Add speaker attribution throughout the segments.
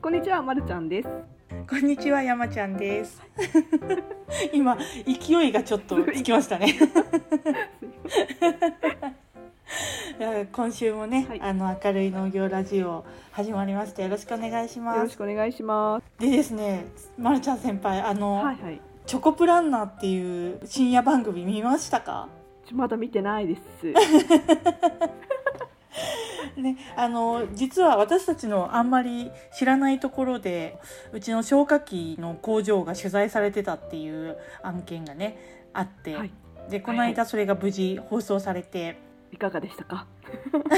Speaker 1: こんにちは、まるちゃんです。
Speaker 2: こんにちは、山ちゃんです。 今、勢いがちょっ とつきましたね。いや今週もね、
Speaker 1: はい
Speaker 2: あの明るい農業ラジオ始まりました。よろしくお願いし
Speaker 1: よ
Speaker 2: ま
Speaker 1: ろし
Speaker 2: す。
Speaker 1: くお願いします。
Speaker 2: でですね、まるちゃん先輩、あの、
Speaker 1: はいはい。
Speaker 2: チョコプランナーっていう深夜番組見ましたか？
Speaker 1: ちょまだ見てない です。
Speaker 2: ね、あの実は私たちのあんまり知らないところでうちの消火器の工場が取材されてたっていう案件がねあって、
Speaker 1: はい
Speaker 2: でこの
Speaker 1: はいは
Speaker 2: 間それが無事放送されて、
Speaker 1: いかがでしたか。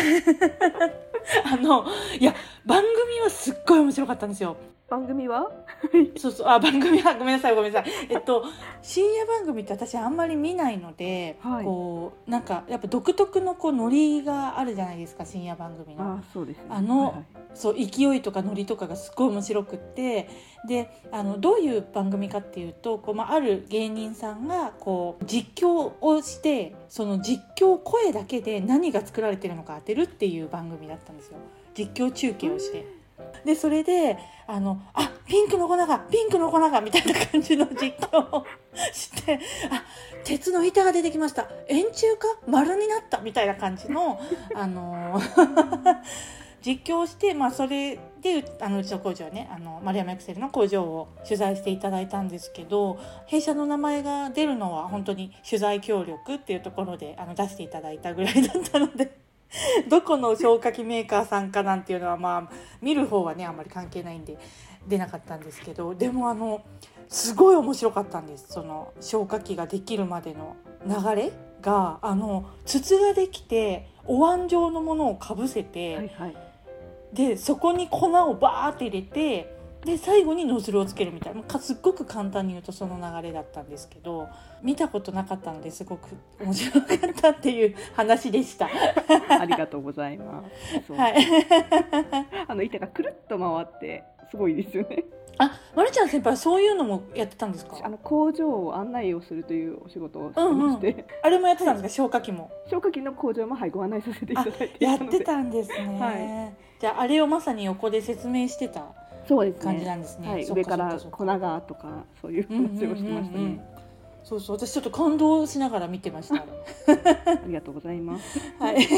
Speaker 2: あのいや番組はすっごい面白かったんですよ。
Speaker 1: 番組は。
Speaker 2: そうそうあ番組はごめんなさいごめんなさい。えっと深夜番組って私あんまり見ないので、
Speaker 1: はい
Speaker 2: こうなんかやっぱ独特のこうノリがあるじゃないですか深夜番組の。
Speaker 1: ああ、そうです、ね。
Speaker 2: あの
Speaker 1: はいはい
Speaker 2: そう勢いとかノリとかがすごい面白くってであのどういう番組かっていうとこう、まあ、ある芸人さんがこう実況をしてその実況声だけで何が作られてるのか当てるっていう番組だったんですよ実況中継をして。でそれであの「あピンクの粉がピンクの粉が」みたいな感じの実況を して「あ鉄の板が出てきました円柱か丸になった」みたいな感じのあのー実況をして、まあ、それでうあのうちの工場ねあの丸山エクセルの工場を取材していただいたんですけど弊社の名前が出るのは本当に取材協力っていうところであの出していただいたぐらいだったので どこの消火器メーカーさんかなんていうのはまあ見る方はねあんまり関係ないんで出なかったんですけどでもあのすごい面白かったんですその消火器ができるまでの流れがあの筒ができてお椀状のものをかぶせて。
Speaker 1: はいはい。
Speaker 2: でそこに粉をバーって入れてで最後にノズルをつけるみたいなかすっごく簡単に言うとその流れだったんですけど見たことなかったのですごく 面白かったっていう話でした。は
Speaker 1: ありがとうござい ます。そう
Speaker 2: い、
Speaker 1: あの板がくるっと回って、すごいですよね。
Speaker 2: あまるちゃん先輩はそういうのもやってたんですか
Speaker 1: あの工場を案内をするというお仕事をしてまして。
Speaker 2: あれもやってたんですか消火器も
Speaker 1: 消火器の工場も、はい、ご案内させていただいてい
Speaker 2: や
Speaker 1: た
Speaker 2: っ
Speaker 1: ので。
Speaker 2: てたんですね、
Speaker 1: は
Speaker 2: じゃああれをまさに横で説明してた
Speaker 1: そうです
Speaker 2: 感じ
Speaker 1: ね。
Speaker 2: なんですね
Speaker 1: はい、
Speaker 2: そっ
Speaker 1: 上
Speaker 2: か
Speaker 1: から
Speaker 2: そっ
Speaker 1: 粉
Speaker 2: か
Speaker 1: がとか、そういう
Speaker 2: うんうん
Speaker 1: 話をしてました
Speaker 2: うんうん
Speaker 1: ね。
Speaker 2: そうそう私ちょっと感動しながら見てましたあれ
Speaker 1: ありがとうございます。
Speaker 2: はい。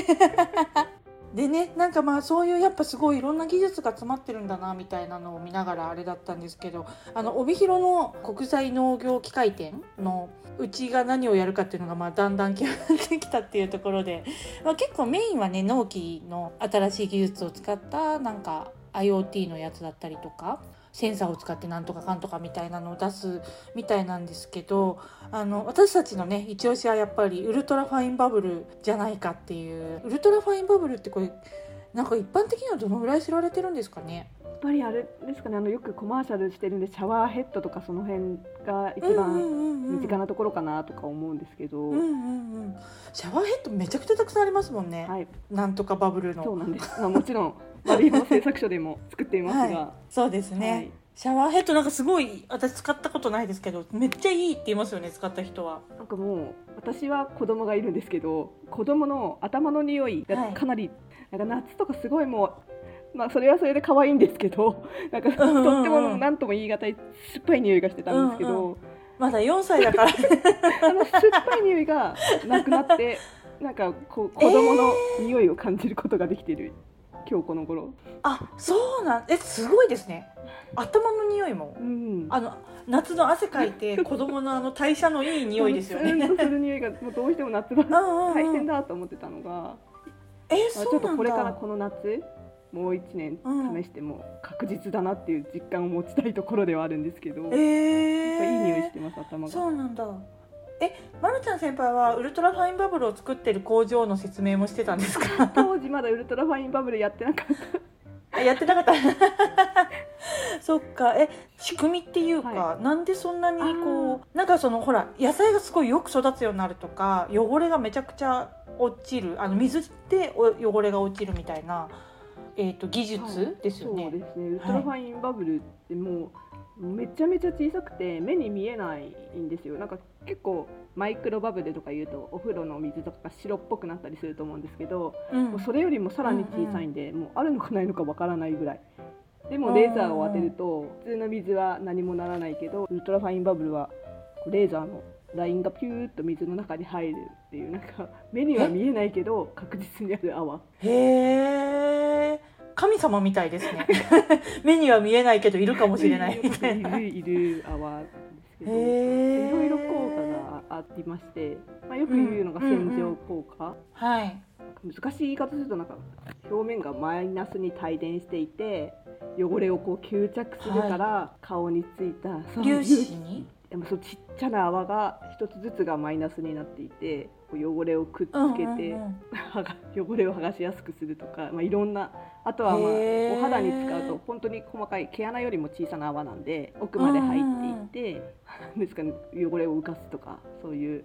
Speaker 2: でねなんかまあそういうやっぱすごいいろんな技術が詰まってるんだなみたいなのを見ながらあれだったんですけどあの帯広の国際農業機械展のうちが何をやるかっていうのがまあだんだん決まってきたっていうところで、まあ、結構メインはね納期の新しい技術を使ったなんか IoT のやつだったりとかセンサーを使ってなんとかかんとかみたいなのを出すみたいなんですけどあの私たちのね一押しはやっぱりウルトラファインバブルじゃないかっていうウルトラファインバブルってこれなんか一般的にはどのぐらい知られてるんですかね
Speaker 1: やっぱりあれですかねあのよくコマーシャルしてるんでシャワーヘッドとかその辺が一番身
Speaker 2: 身
Speaker 1: 近
Speaker 2: な
Speaker 1: なところかなとか思うんですけど、
Speaker 2: うんうんうんシャワーヘッドめちゃくちゃたくさんありますもんね、
Speaker 1: はい
Speaker 2: なんとかバブルの
Speaker 1: そう
Speaker 2: そ
Speaker 1: なんです、まあ、もちろんマリーの製作所でも作っていますが、は
Speaker 2: うです
Speaker 1: い
Speaker 2: ね、シャワーヘッドなんかすごい私使ったことないですけどめっちゃいいって言いますよね使った人は
Speaker 1: なんかもう私は子供がいるんですけど子供の頭の匂い
Speaker 2: は
Speaker 1: が
Speaker 2: い
Speaker 1: かなり、なんか夏とかすごいもう、まあ、それはそれで可愛いんですけどなんかと
Speaker 2: うんうん
Speaker 1: っても何とも言い難い酸っぱい匂いがしてたんですけど、
Speaker 2: うんまだ4歳だから
Speaker 1: あの酸っぱい匂いがなくなってなんかこう子供の匂いを感じることができている、今日この頃
Speaker 2: あそうなんえすごいですね頭の匂いも
Speaker 1: うん
Speaker 2: あの夏の汗かい て子供のあの代謝のいい匂いですよね。
Speaker 1: ツ
Speaker 2: うん
Speaker 1: ンとする匂いがもうどうしても夏場
Speaker 2: う
Speaker 1: 大
Speaker 2: ん
Speaker 1: 変
Speaker 2: うん、
Speaker 1: だと思ってたのが、
Speaker 2: えー、
Speaker 1: まあ
Speaker 2: そ
Speaker 1: ちょ
Speaker 2: う
Speaker 1: っと
Speaker 2: なん
Speaker 1: これから
Speaker 2: だ。
Speaker 1: この夏もう1年
Speaker 2: うん
Speaker 1: 試しても確実だなっていう実感を持ちたいところではあるんですけど、や
Speaker 2: え
Speaker 1: っ
Speaker 2: ー、
Speaker 1: ぱいい匂いしてます頭が。
Speaker 2: そうなんだ。え、まるちゃん先輩はウルトラファインバブルを作ってる工場の説明もしてたんですか
Speaker 1: 当時まだウルトラファインバブルやってなかった
Speaker 2: あやってなかった。 そっか、え、仕組みっていうか、
Speaker 1: は
Speaker 2: なんでそんなにこう、なんかそのほら、野菜がすごいよく育つようになるとか、汚れがめちゃくちゃ落ちる、あの水でお汚れが落ちるみたいな。えっ、と、技術ですよね。
Speaker 1: そうですねウルトラファインバブルってもうめちゃめちゃ小さくて目に見えないんですよなんか結構マイクロバブルとかいうとお風呂の水とか白っぽくなったりすると思うんですけど、
Speaker 2: うん
Speaker 1: もうそれよりもさらに小さいんで、もうあるのかないのかわからないぐらいでもレーザーを当てると普通の水は何もならないけどウルトラファインバブルはこうレーザーのラインがピューッと水の中に入るっていうなんか目には見えないけど確実にある泡
Speaker 2: へえ神様みたいですね 目には見えないけどいるかもし れないみたいなへ
Speaker 1: いるいる泡ですけど
Speaker 2: え
Speaker 1: いろいろ効果がありまして、まあ、よく言うのが線状効果、
Speaker 2: はい
Speaker 1: 難しい言い方するとなんか表面がマイナスに帯電していて汚れをこう吸着するから、顔についたその
Speaker 2: 粒子に
Speaker 1: でもそうちっちゃな泡が一つずつがマイナスになっていてこう汚れをくっつけて、
Speaker 2: うんうんうん
Speaker 1: 剥が 汚れを剥がしやすくするとか、まあ、いろんなあとは、まあ、
Speaker 2: へー
Speaker 1: お肌に使うと本当に細かい毛穴よりも小さな泡なんで奥まで入っていって、なんですかね、汚れを浮かすとかそういう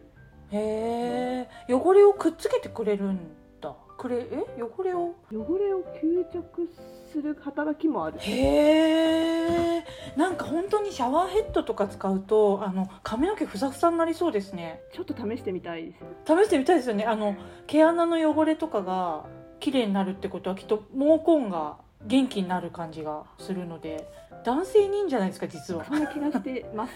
Speaker 2: へえ汚れをくっつけてくれるんだくれえ汚れを
Speaker 1: 汚れを吸着する働きもある。
Speaker 2: へえなんか本当にシャワーヘッドとか使うとあの髪の毛ふさふさになりそうですね
Speaker 1: ちょっと試してみたいです。
Speaker 2: 試してみたいですよねあの毛穴の汚れとかが綺麗になるってことはきっと毛根が元気になる感じがするので男性にいいんじゃないですか実は
Speaker 1: そんな気がして ます。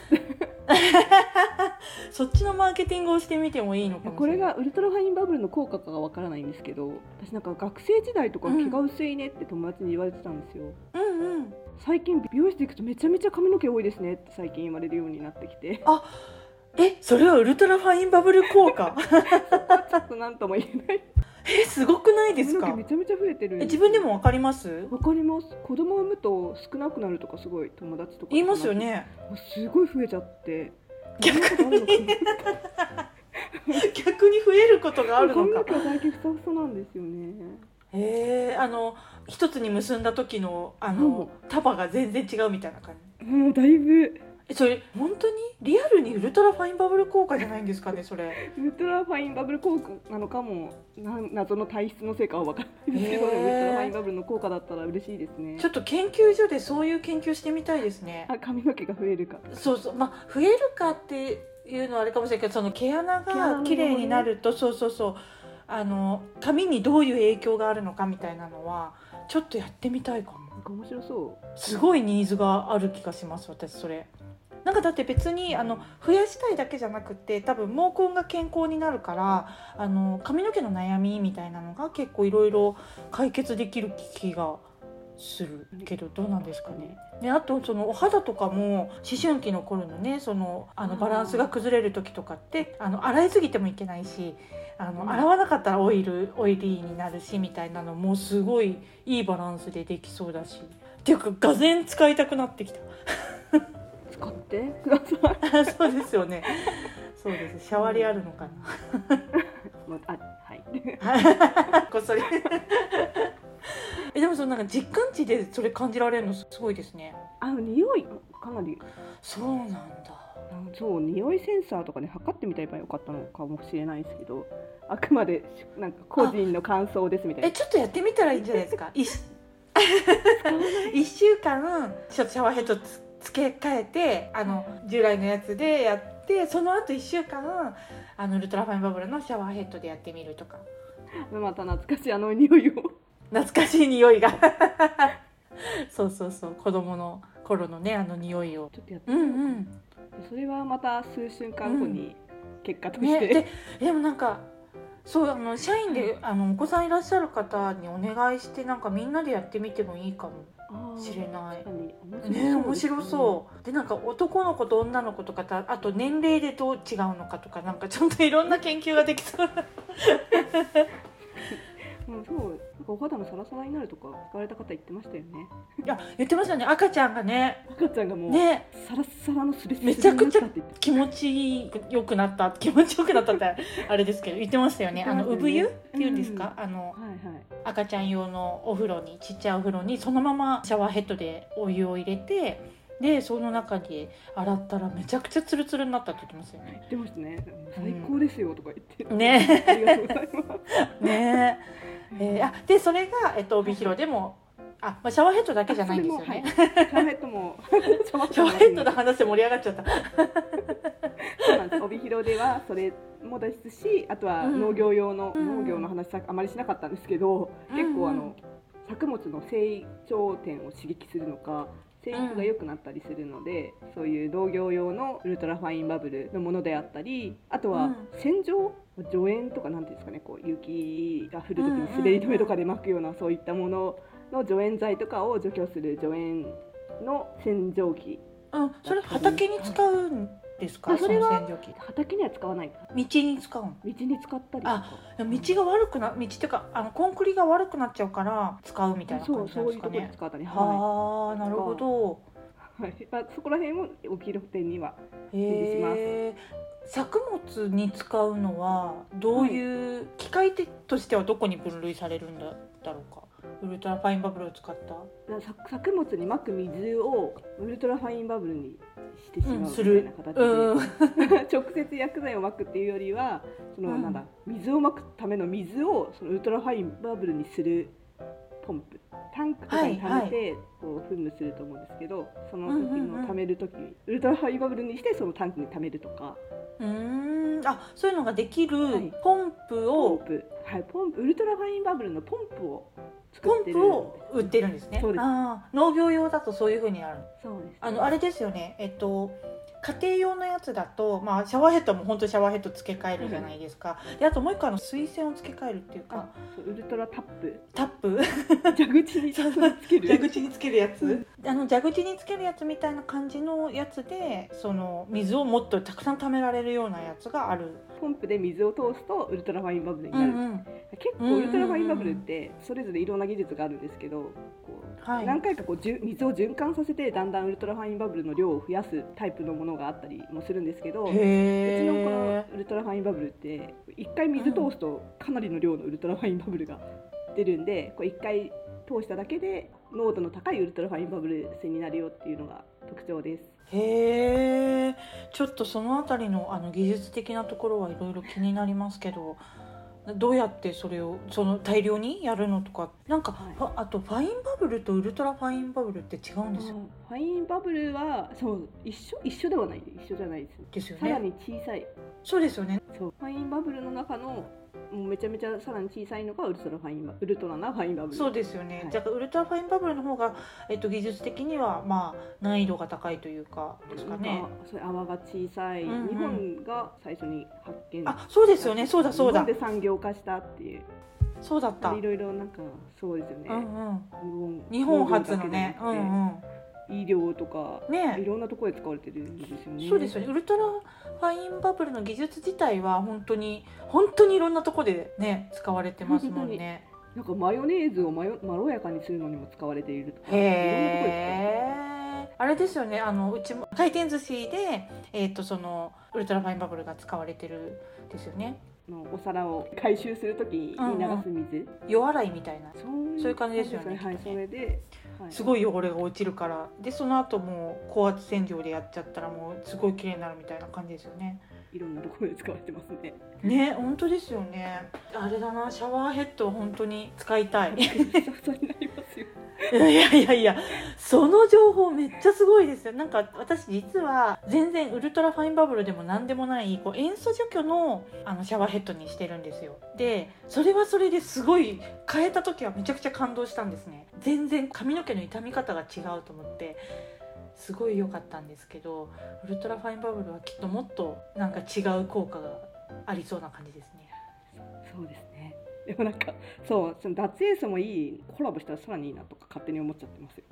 Speaker 2: そっちのマーケティングをしてみてもいいの
Speaker 1: い
Speaker 2: か
Speaker 1: や
Speaker 2: も
Speaker 1: こ
Speaker 2: しれ
Speaker 1: れ
Speaker 2: ない
Speaker 1: がウルトラファインバブルの効果かがわからないんですけど、私なんか学生時代とか
Speaker 2: うん
Speaker 1: 毛が薄いねって友達に言われてたんですよ。
Speaker 2: うんうん
Speaker 1: 最近美容室行くとめちゃめちゃ髪の毛多いですねって最近言われるようになってきて、
Speaker 2: えそれはウルトラファインバブル効果
Speaker 1: ちょっとなんとも言えない。
Speaker 2: えすごくないです
Speaker 1: 髪の
Speaker 2: か
Speaker 1: 毛めちゃめちゃ増えてる。
Speaker 2: え自分で。もわかります
Speaker 1: わかります。子供産むと少なくなるとかすごい友達とか。
Speaker 2: 言いますよ。ね
Speaker 1: すごい増えちゃって。
Speaker 2: 逆
Speaker 1: こんなことあるのかな
Speaker 2: 逆に増えることがあるの
Speaker 1: 髪
Speaker 2: か
Speaker 1: の毛は最近ふさふさなんですよね。
Speaker 2: へえあの一つに結んだ時のあの、束が全然違うみたいな感じ
Speaker 1: もうだいぶ。
Speaker 2: えそれ本当にリアルにウルトラファインバブル効果じゃないんですかねそれへ
Speaker 1: ウルトラファインバブル効果なのかもな謎の体質のせいかは分からないですけど、
Speaker 2: へー
Speaker 1: ウルトラファインバブルの効果だったら嬉しいですね
Speaker 2: ちょっと研究所でそういう研究してみたいですね
Speaker 1: あ髪の毛が増えるか
Speaker 2: そうそうまあ増えるかっていうのはあれかもしれないけどその毛穴
Speaker 1: 毛穴の
Speaker 2: が
Speaker 1: ね
Speaker 2: 綺麗になると、そうそうそうあの髪にどういう影響があるのかみたいなのはちょっとやってみたいかも
Speaker 1: なんか面白そう
Speaker 2: すごいニーズがある気がします私それなんかだって別にあの増やしたいだけじゃなくて多分毛根が健康になるからあの髪の毛の悩みみたいなのが結構いろいろ解決できる気がするけどどうなんですかね。であとそのお肌とかも思春期の頃のねそのあのバランスが崩れる時とかってあの洗いすぎてもいけないしあ
Speaker 1: うん
Speaker 2: の洗わなかったらオイルオイリーになるしみたいなのもすごいいいバランスでできそうだしっていうかがぜん使いたくなってきた
Speaker 1: 使ってください
Speaker 2: そうですよねそうですシャワリあるのかな
Speaker 1: まあはい
Speaker 2: こっそり えでもそのなんか実感値でそれ感じられるのすごいですね
Speaker 1: あの匂いかなり
Speaker 2: そうなんだ
Speaker 1: あのそう匂いセンサーとかで測ってみたればよかったのかもしれないですけどあくまでなんか個人の感想ですみたい
Speaker 2: え
Speaker 1: な
Speaker 2: ちょっとやってみたらいいんじゃないですか一一週間ちょっとシャワーヘッドつ付け替えてあの従来のやつでやってその後一週間あのウルトラファインバブルのシャワーヘッドでやってみるとか
Speaker 1: また懐かしいあの匂いを
Speaker 2: 懐かしい匂いが そうそうそう子供の頃のねあの匂いを
Speaker 1: ちょっとやって
Speaker 2: うんうん
Speaker 1: それはまた数週間後に結果とし
Speaker 2: ね
Speaker 1: て、
Speaker 2: ででもなんかそうあの社員であのお子さんいらっしゃる方にお願いしてなんかみんなでやってみてもいいかも
Speaker 1: あー
Speaker 2: しれない
Speaker 1: 確かに面白そうです
Speaker 2: ね面白そうでなんか男の子と女の子とかとあと年齢でどう違うのかとかなんかちょっといろんな研究ができ そう
Speaker 1: うん、そう、なんかお肌のサラサラになるとか聞かれた方言ってましたよね。
Speaker 2: いや言ってましたよね赤ちゃんがね
Speaker 1: 赤ちゃんがもう、
Speaker 2: ね
Speaker 1: サラッサラのスレスレ
Speaker 2: めちゃくちゃ
Speaker 1: になったって言って
Speaker 2: 気持ちよくなった気持ちよくなったって あれですけど言ってましたよねあの
Speaker 1: 言ってましたね
Speaker 2: 産湯っていうんですか、あの
Speaker 1: はいはい。
Speaker 2: 赤ちゃん用のお風呂にちっちゃいお風呂にそのままシャワーヘッドでお湯を入れてでその中に洗ったらめちゃくちゃツルツルになったって言ってましたよね
Speaker 1: 言ってましたね。最高ですよとか言って。
Speaker 2: ね
Speaker 1: ありがとうございます。
Speaker 2: ね ええーあでそれが、えっと、帯広でもあ、まあ、シャワーヘッドだけじゃないんですよね、
Speaker 1: あそれもはいシャワーヘッドも。シャワ
Speaker 2: シャワーヘッドの
Speaker 1: だ。
Speaker 2: 話で盛り上がっちゃった
Speaker 1: そうなんです帯広ではそれもですし、あとは農業用の、
Speaker 2: うん
Speaker 1: 農業の話さあまりしなかったんですけど、
Speaker 2: うん
Speaker 1: 結構あ
Speaker 2: う
Speaker 1: の。作物の成長点を刺激するのか生育が良くなったりするので、そういう農業用のウルトラファインバブルのものであったりあと
Speaker 2: う
Speaker 1: は
Speaker 2: ん
Speaker 1: 洗浄除煙とかなんていうんですかねこう雪が降る時に滑り止めとかで巻くようなそういったものの除煙剤とかを除去する除煙の洗浄機
Speaker 2: うん、それ畑に使うんですか？
Speaker 1: あそれは
Speaker 2: の洗浄機。
Speaker 1: 畑には使わないか
Speaker 2: 道に使うの。
Speaker 1: 道に使ったりとか
Speaker 2: 道が悪くな道っていうかあのコンクリが悪くなっちゃうから使うみたいな
Speaker 1: そ
Speaker 2: 感
Speaker 1: う
Speaker 2: じなん
Speaker 1: そう
Speaker 2: で
Speaker 1: いうところで
Speaker 2: すかね。
Speaker 1: 使ったりは
Speaker 2: はあ、なるほど。
Speaker 1: い、はいまあ、そこら辺もお昼店には
Speaker 2: へえ。作物に使うのはどういう機械的としてはどこに分類されるんだだろうか。ウルトラファインバブルを使った。
Speaker 1: だから作作物にまく水をウルトラファインバブルにしてしまう
Speaker 2: うん
Speaker 1: み
Speaker 2: す
Speaker 1: た
Speaker 2: る
Speaker 1: いな形で、
Speaker 2: うん。
Speaker 1: 直接薬剤をまくっていうよりはその、
Speaker 2: うん
Speaker 1: なんだ水をまくための水をそのウルトラファインバブルにするポンプタンクとかに
Speaker 2: はい
Speaker 1: 溜めてこう噴霧すると思うんですけど、その
Speaker 2: うん
Speaker 1: 時
Speaker 2: うんうん
Speaker 1: の溜める時、ウルトラファインバブルにしてそのタンクに溜めるとか
Speaker 2: うーんあそういうのができ
Speaker 1: はい
Speaker 2: るポンプ
Speaker 1: ポン
Speaker 2: を、
Speaker 1: プ、はい、ポンプウルトラファインバブルのポンプを作
Speaker 2: ポ
Speaker 1: っ
Speaker 2: ン
Speaker 1: てる
Speaker 2: プを売ってるんですね
Speaker 1: そうです
Speaker 2: あー農業用だとそういうふうになる
Speaker 1: そうです
Speaker 2: あのあれですよねえっと家庭用のやつだと、まあ、シャワーヘッドも本当シャワーヘッド付け替えるじゃないですか、であともう一個あの水栓を付け替えるっていうか
Speaker 1: あそうウルトラタップ
Speaker 2: タップ
Speaker 1: 蛇口につける
Speaker 2: 蛇口につけるやつ、あの蛇口につけるやつみたいな感じのやつでその水をもっとたくさん貯められるようなやつがある、
Speaker 1: ポンプで水を通すとウルトラファインバブルになる、
Speaker 2: うんうん
Speaker 1: 結構ウルトラファインバブルってそれぞれいろんな技術があるんですけどこう
Speaker 2: はい、
Speaker 1: 何回かこうじゅ水を循環させてだんだんウルトラファインバブルの量を増やすタイプのものがあったりもするんですけどうち
Speaker 2: へ
Speaker 1: の
Speaker 2: ー
Speaker 1: このウルトラファインバブルって1回水通すとかなりの量のウルトラファインバブルが出るんでこう1回通しただけで濃度の高いウルトラファインバブル線になるよっていうのが特徴です。
Speaker 2: へえちょっとそのあたりのあの技術的なところはいろいろ気になりますけどどうやってそれをその大量にやるのとかなんか、
Speaker 1: はい
Speaker 2: ああとファインバブルとウルトラファインバブルって違うんですよ,、
Speaker 1: ファインバブルはそう一緒一緒ではない一緒じゃないです
Speaker 2: ですよ
Speaker 1: さら
Speaker 2: ね
Speaker 1: に小さい
Speaker 2: そうですよね
Speaker 1: そうファインバブルの中のもうめちゃめちゃさらに小さいのがウルトラファインバウルトラなファインバブル
Speaker 2: そうですよね、
Speaker 1: はい
Speaker 2: だからウルトラファインバブルの方が、えっと、技術的にはまあ難易度が高いというかですかね
Speaker 1: なんかそういう泡が小さい、
Speaker 2: うんうん
Speaker 1: 日本が最初に発見
Speaker 2: あそうですよねそうだそうだ
Speaker 1: 日本で産業化したっていう
Speaker 2: そうだった、
Speaker 1: いろいろなんかそうですよね、
Speaker 2: うんうん、
Speaker 1: 日
Speaker 2: 日
Speaker 1: 本
Speaker 2: 本初のね、う
Speaker 1: 農業だけじゃ
Speaker 2: ん
Speaker 1: な
Speaker 2: うん、
Speaker 1: くて医療とか
Speaker 2: ね
Speaker 1: いろんなところで使われてるんですよね
Speaker 2: そうですよねウルトラファインバブルの技術自体は本当に本当にいろんなとこでね使われてますもんね。
Speaker 1: なんかマヨネーズをまよまろやかにするのにも使われているとかいろんなところで使われてる
Speaker 2: へえ。あれですよねあのうちも回転寿司でえっ、とそのウルトラファインバブルが使われてるんですよね。
Speaker 1: のお皿を回収するときに流す水、
Speaker 2: 夜洗いみたいな。そういう感じですよね
Speaker 1: はい、
Speaker 2: きっ
Speaker 1: そ
Speaker 2: とね
Speaker 1: れで、はい、
Speaker 2: すごい汚れが落ちるからでその後もう高圧洗浄でやっちゃったらもうすごい綺麗になるみたいな感じですよね。
Speaker 1: いろんなところで使われてますね。
Speaker 2: ね本当ですよね。あれだなシャワーヘッドは本当に使いたい。
Speaker 1: そうになりますよ。
Speaker 2: い やいやいやいやその情報めっちゃすごいですよなんか私実は全然ウルトラファインバブルでも何でもないこう塩素除去のあのシャワーヘッドにしてるんですよでそれはそれですごい変えた時はめちゃくちゃ感動したんですね全然髪の毛の傷み方が違うと思ってすごい良かったんですけどウルトラファインバブルはきっともっとなんか違う効果がありそうな感じですね
Speaker 1: そうですね。でもなんかそうその脱塩素もいいコラボしたらさらにいいなとか勝手に思っちゃってますよ。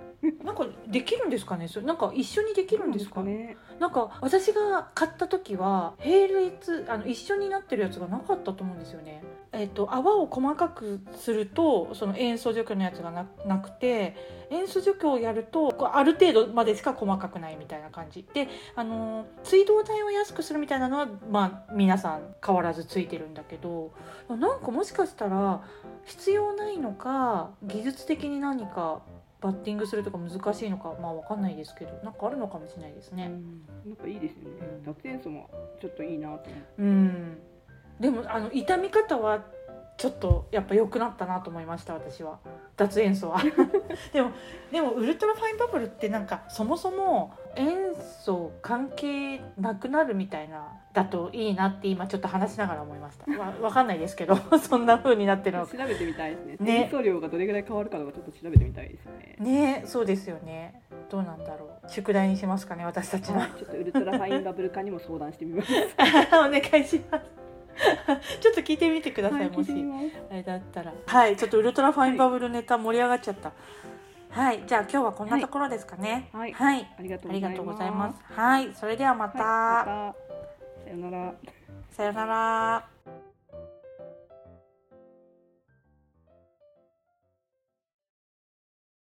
Speaker 2: なんかできるんですかねそれなんか一緒にできるんですかね
Speaker 1: ね。
Speaker 2: なんか私が買った時は並列あの一緒になってるやつがなかったと思うんですよね。えっと泡を細かくするとその塩素除去のやつがななくて塩素除去をやるとこうある程度までしか細かくないみたいな感じで、あのー水道代を安くするみたいなのは、まあ、皆さん変わらずついてるんだけどなんかもしかしたら必要ないのか技術的に何かバッティングするとか難しいのかまあ分かんないですけどなんかあるのかもしれないですね。
Speaker 1: うんなんかいいですよね
Speaker 2: うん。
Speaker 1: 脱塩素もちょっといいなと思って。
Speaker 2: うん、でもあの痛み方はちょっとやっぱ良くなったなと思いました私は脱塩素は でもでもウルトラファインバブルってなんかそもそも塩素関係なくなるみたいなだといいなって今ちょっと話しながら思いましたわわかんないですけど そんな風になってるのか
Speaker 1: 調べてみたいですね
Speaker 2: ね
Speaker 1: 塩素量がどれぐらい変わるかとかちょっと調べてみたいですね
Speaker 2: ねそうですよねどうなんだろう宿題にしますかね私たちの
Speaker 1: はいちょっとウルトラファインバブル化にも相談してみます。 は
Speaker 2: お願いします ちょっと聞いてみてください、
Speaker 1: い、聞
Speaker 2: も
Speaker 1: いて
Speaker 2: し
Speaker 1: みます。
Speaker 2: あれだったらはいちょっとウルトラファインバブルネタ盛り上がっちゃったはい、じゃあ今日はこんなところですかね
Speaker 1: はいありがとう
Speaker 2: あ
Speaker 1: ござ
Speaker 2: り
Speaker 1: います。
Speaker 2: がとうございますはいそれではまた、
Speaker 1: はいまたさよなら。
Speaker 2: さよなら